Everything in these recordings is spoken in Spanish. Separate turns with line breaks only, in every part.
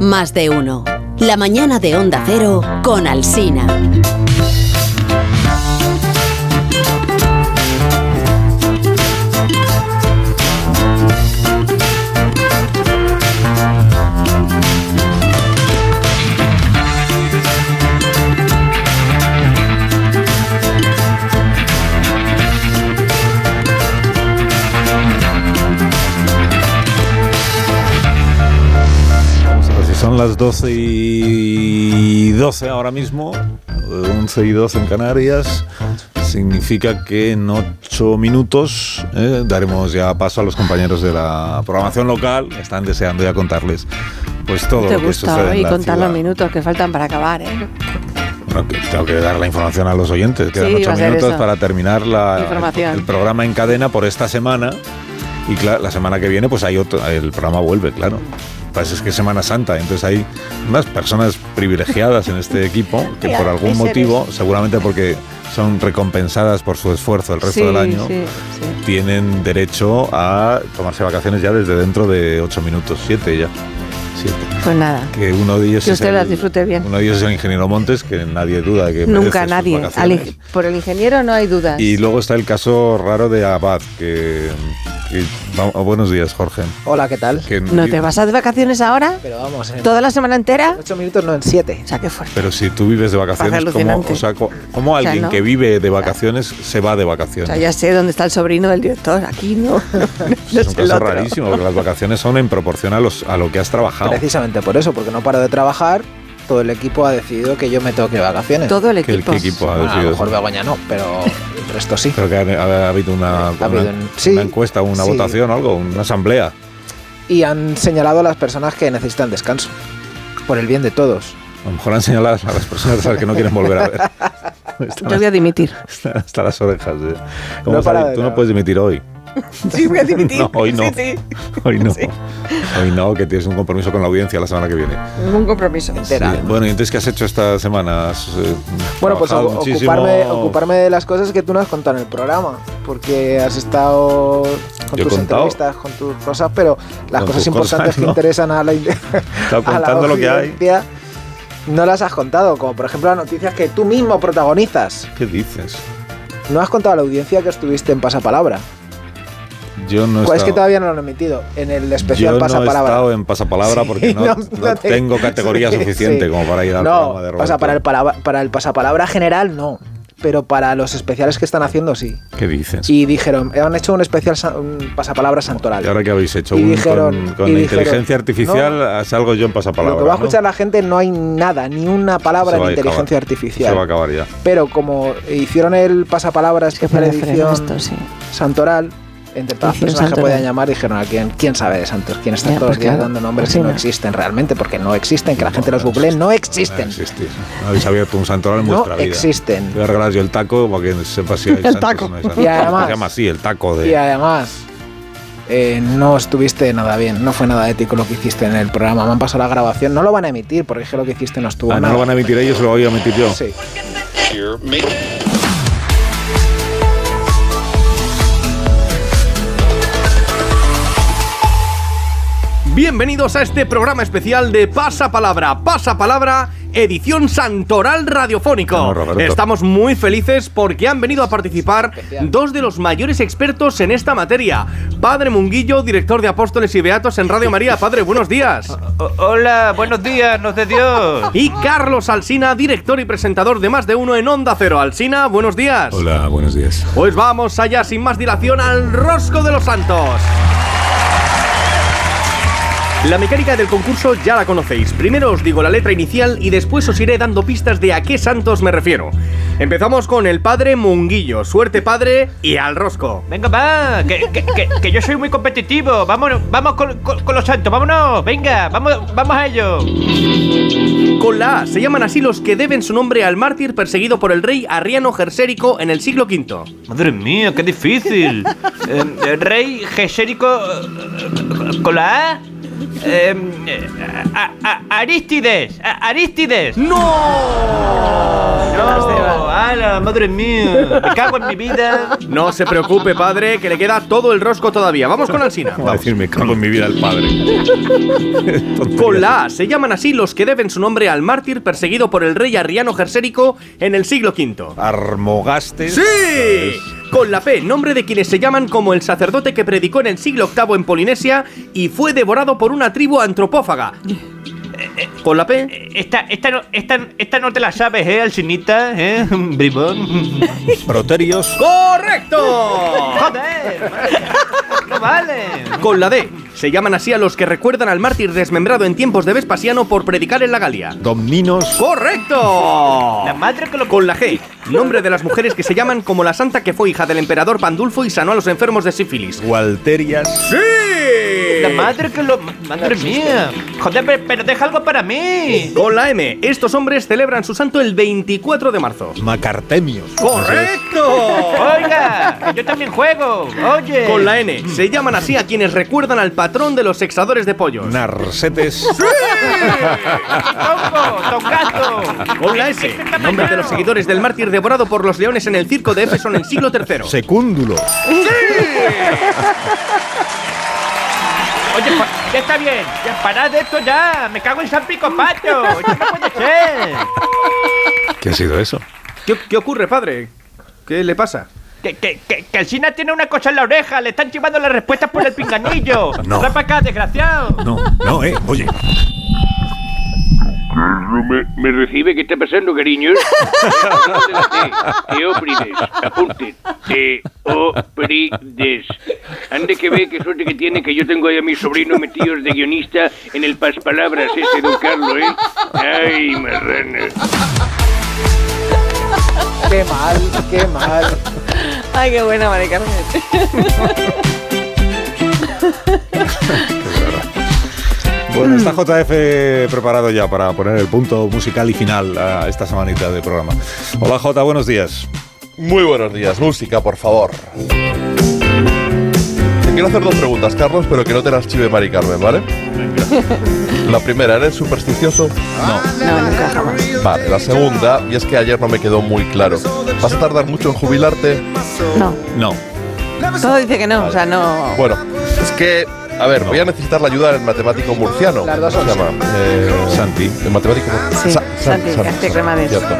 Más de uno. La mañana de Onda Cero con Alsina.
Pues si son las 12 y 12 ahora mismo, 11 y 12 en Canarias, significa que en 8 minutos eh, daremos ya paso a los compañeros de la programación local, que están deseando ya contarles pues todo
Te
lo que sucede
gusta
en
hoy
la
contar
ciudad.
los minutos que faltan para acabar, ¿eh?
Bueno, que tengo que dar la información a los oyentes. Quedan
Sí, iba
ocho
a ser
minutos
eso.
para terminar la,
Información.
el programa en cadena por esta semana. Y claro, la semana que viene, pues hay otro, el programa vuelve, claro. Lo que pasa es que es Semana Santa, entonces hay unas personas privilegiadas en este equipo que
Mira,
por algún
ese eres.
motivo, seguramente porque son recompensadas por su esfuerzo el resto
Sí,
del año,
sí, sí.
tienen derecho a tomarse vacaciones ya desde dentro de ocho minutos, siete ya. Siete
Pues nada.
que uno de ellos
Que
es
usted
el,
las disfrute bien.
Uno de ellos es el ingeniero Montes, que nadie duda de que merece
Nunca
sus
nadie.
vacaciones.
Al- por el ingeniero no hay dudas.
Y luego está el caso raro de Abad, que, que- va- oh, buenos días, Jorge.
Hola, ¿qué tal?
Que-
¿No te vas a de vacaciones ahora?
Pero vamos, en
¿Toda la semana entera?
8 minutos, no en 7.
O sea, qué fuerte.
Pero si tú vives de vacaciones,
Parece
¿cómo,
alucinante.
o sea, co- cómo
sea,
alguien
¿no?
que vive de vacaciones se va de
O
vacaciones?
sea, ya sé dónde está el sobrino del director. Aquí no. No
es un
es el
caso
otro.
rarísimo, porque las vacaciones son en proporción a, los, a lo que has trabajado.
Precisamente por eso, porque no paro de trabajar, todo el equipo ha decidido que yo me tengo que ir de vacaciones.
Todo el
¿Qué-
equipo.
qué equipo ha
Bueno, a lo
decidido?
mejor Begoña no, pero el resto sí.
Creo que ha, ha habido una,
Ha habido
una,
un- sí,
una encuesta, una
sí.
votación o algo, una asamblea.
Y han señalado a las personas que necesitan descanso, por el bien de todos.
A lo mejor han señalado a las personas a las que no quieren volver a ver.
Yo voy a dimitir.
Están hasta las orejas. eh. ¿Cómo
No para
sabe?
de
Tú no
nada.
puedes dimitir hoy.
Sí, voy a dimitir.
No, hoy no.
Sí, sí.
Hoy no.
Sí.
Hoy no, que tienes un compromiso con la audiencia la semana que viene.
Ningún compromiso.
Entera.
Sí. Bueno, ¿y entonces qué has hecho esta semana? ¿Has, eh,
Bueno, pues
trabajado
ocu-
muchísimo?
ocuparme, ocuparme de las cosas que tú no has contado en el programa, porque has estado con
Yo he
tus
contado.
entrevistas, con tus cosas, pero las
Con
cosas
tus
importantes
cosas,
que
¿no?
interesan a la, in-
Estaba
a la
contando lo que hay.
audiencia, no las has contado, como por ejemplo las noticias que tú mismo protagonizas.
¿Qué dices?
No has contado a la audiencia que estuviste en Pasapalabra.
Yo no he
Pues es que
estado-
todavía no lo han emitido, en el
Yo
especial
no he
Pasapalabra.
estado en pasapalabra
Sí,
porque no,
no-
no
no te-
tengo categoría
sí,
suficiente
sí.
como para ir al
no,
programa de Roberto.
o sea, para el, palabra- para el Pasapalabra general no, pero para los especiales que están haciendo sí.
¿Qué dices?
Y dijeron, han hecho un especial sa- un pasapalabra santoral.
¿Y ahora qué habéis hecho?
Y
Un-
dijeron-
con con
y
la
dijeron,
inteligencia artificial salgo yo en pasapalabra.
Lo que va a
¿no?
escuchar la gente no hay nada, ni una
Se
palabra
va
de
a acabar.
inteligencia
Se va a
artificial.
acabar ya.
Pero como hicieron el pasapalabra
Es que
especial
fue de freno
edición
esto, sí.
santoral, entre todas las
Edición
personas que
santoral.
podían llamar dijeron a quién, quién sabe de santos, quién está
Ya,
todos los
pues
días
claro,
dando nombres que
imagina.
no existen realmente, porque no existen, que la
No,
gente los
no
googlee, no
No
existen.
existe. No habéis abierto un santoral en
No
vuestra vida.
existen.
Te voy a regalar yo el taco para que sepas si hay
El
santos o
taco.
no hay santos.
Y además-
Se llama así, el taco de... Ah,
Y además, eh, no estuviste nada bien, no fue nada ético lo que hiciste en el programa. Me han pasado la grabación, no lo van a emitir porque es que lo que hiciste no estuvo
Ah, no
nada.
lo van a emitir ellos, lo voy a emitir yo.
Sí.
Bienvenidos a este programa especial de Pasapalabra, Pasapalabra, edición Santoral Radiofónico.
Vamos, Roberto.
Estamos muy felices porque han venido a participar dos de los mayores expertos en esta materia. Padre Munguillo, director de Apóstoles y Beatos en Radio María. Padre, buenos días.
O- hola, buenos días, nos de Dios.
Y Carlos Alsina, director y presentador de Más de Uno en Onda Cero. Alsina, buenos días.
Hola, buenos días.
Pues vamos allá sin más dilación al Rosco de los Santos. La mecánica del concurso ya la conocéis. Primero os digo la letra inicial y después os iré dando pistas de a qué santos me refiero. Empezamos con el padre Munguillo. Suerte padre y al rosco.
Venga, va, que, que- que- que yo soy muy competitivo. Vámonos, vamos con, con- con los santos, vámonos. Venga, vamos, vamos a ello.
Con la A se llaman así los que deben su nombre al mártir perseguido por el rey Arriano Gersérico en el siglo V.
Madre mía, Em, qué difícil. Eh, eh, rey Gesérico eh, con la A. Eh, eh, a- a- a- Aristides, a- Aristides.
¡No!
No, ala, madre mía, me cago en mi vida.
No se preocupe, padre, que le queda todo el rosco todavía. Vamos con Alsina.
Como decirme, cago en mi vida al padre. Tonterías.
Con la A se llaman así los que deben su nombre al mártir perseguido por el rey arriano jersérico en el siglo V.
Armogastes.
¡Sí! Con la P, nombre de quienes se llaman como el sacerdote que predicó en el siglo VIII en Polinesia y fue devorado por una tribu antropófaga. Con la P,
Esta, esta, no, esta, esta no te la sabes, ¿eh, Alcinita? ¿Eh, bribón?
Proterios.
¡correcto!
¡Joder! ¡No vale!
Con la D, se llaman así a los que recuerdan al mártir desmembrado en tiempos de Vespasiano por predicar en la Galia.
Domninos.
¡Correcto!
La madre que lo...
Con la G, nombre de las mujeres que se llaman como la santa que fue hija del emperador Pandulfo y sanó a los enfermos de sífilis.
Gualterias.
¡Sí!
La madre que lo... ¡Madre mía! ¡Joder, pero, pero deja algo para mí!
Con la M, estos hombres celebran su santo el 24 de marzo.
Macartemios.
¡Correcto!
¡Oiga! que ¡Yo también juego! ¡Oye!
Con la N, se llaman así a quienes recuerdan al patrón de los sexadores de pollos.
Narcetes.
¡Tongo! ¡Tongazo!
Con la S, nombre de los seguidores del mártir devorado por los leones en el circo de Éfeso en el siglo III.
Secúndulo.
Oye, pa- ya está bien. Ya, parad esto ya. Me cago en San Pico Pato. Esto no puede ser.
¿Qué ha sido eso?
¿Qué, qué ocurre, padre? ¿Qué le pasa?
Que, que, que, que Alsina tiene una cosa en la oreja. Le están chivando las respuestas por el pinganillo.
No.
Ven para acá, desgraciado.
No, no, eh. Oye,
¿Me, me recibe? ¿Qué está pasando, cariños? Teóprides, apunte. Teóprides. Ande que ve qué suerte que tiene que yo tengo ahí a mis sobrinos metidos de guionista en el paspalabras ese, don Carlos, ¿eh? Ay, marrana.
Qué mal, qué mal.
Ay, qué buena, Mari Carmen.
bueno, está JF preparado ya para poner el punto musical y final a esta semanita de programa. Hola J, buenos días.
Muy buenos días, música, Ah, por favor. Te quiero hacer dos preguntas, Carlos, pero que no te las chive Mari Carmen, ¿vale? La primera, ¿eres supersticioso?
No, nunca jamás.
Vale, la segunda, y es que ayer no me quedó muy claro. ¿Vas a tardar mucho en jubilarte?
No.
No.
Todo dice que no, o sea, no.
Bueno, es que, a ver, voy a necesitar la ayuda del matemático murciano.
Las dos
¿Cómo se llama? Eh,
Santi.
El matemático
Sí, Santi, que hace cremades.
cierto.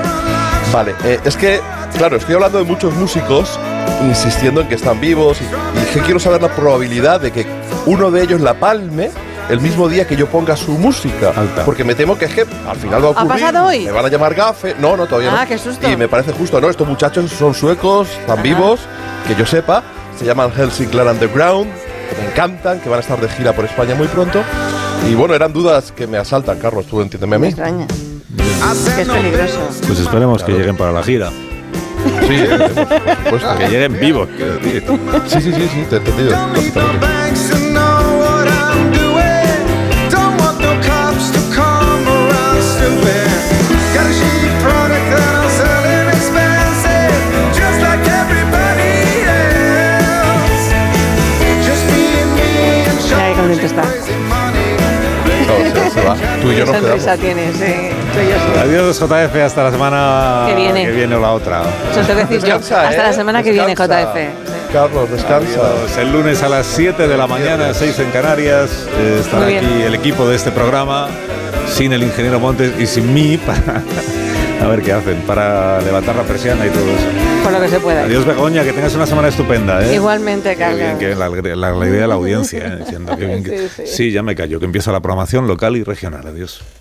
Vale, eh, es que, claro, estoy hablando de muchos músicos insistiendo en que están vivos y, y que quiero saber la probabilidad de que uno de ellos la palme el mismo día que yo ponga su música.
Alta.
Porque me temo que es que al final va a
¿Ha
ocurrir.
pasado hoy?
Me van a llamar gafe. No, no, todavía no.
Ah, qué susto.
Y me parece justo, ¿no? Estos muchachos son suecos, están
Ajá.
vivos, que yo sepa. Se llaman Helsingland Underground, que me encantan, que van a estar de gira por España muy pronto. Y bueno, eran dudas que me asaltan, Carlos, tú entiéndeme a
Me
mí.
extraña. Que es peligroso.
Pues esperemos que lleguen para la gira.
Sí, eh, por supuesto.
Que lleguen vivos, quiero decir.
Sí, sí, sí, sí, te he entendido. perfectamente.
Mira qué contento está.
No, se, se va. Tú y yo
Qué
nos
sonrisa
quedamos.
tienes, eh. Soy yo solo.
Adiós JF, hasta la semana
Que viene.
o la otra.
Eso tengo que decir yo. Hasta
eh.
la semana que viene, JF.
¿eh? Carlos, descansa.
Adiós. El lunes a las 7 de la mañana, 6 en Canarias, eh, estará
Muy bien.
aquí el equipo de este programa, sin el ingeniero Montes y sin mí, para, a ver qué hacen, para levantar la persiana y todo eso.
Por lo que se pueda.
Adiós Begoña, que tengas una semana estupenda. ¿eh?
Igualmente,
Qué bien,
Carlos.
que la, la alegría de la audiencia. ¿eh? Diciendo que bien que-
Sí, sí.
sí, ya me callo, que empieza la programación local y regional. Adiós.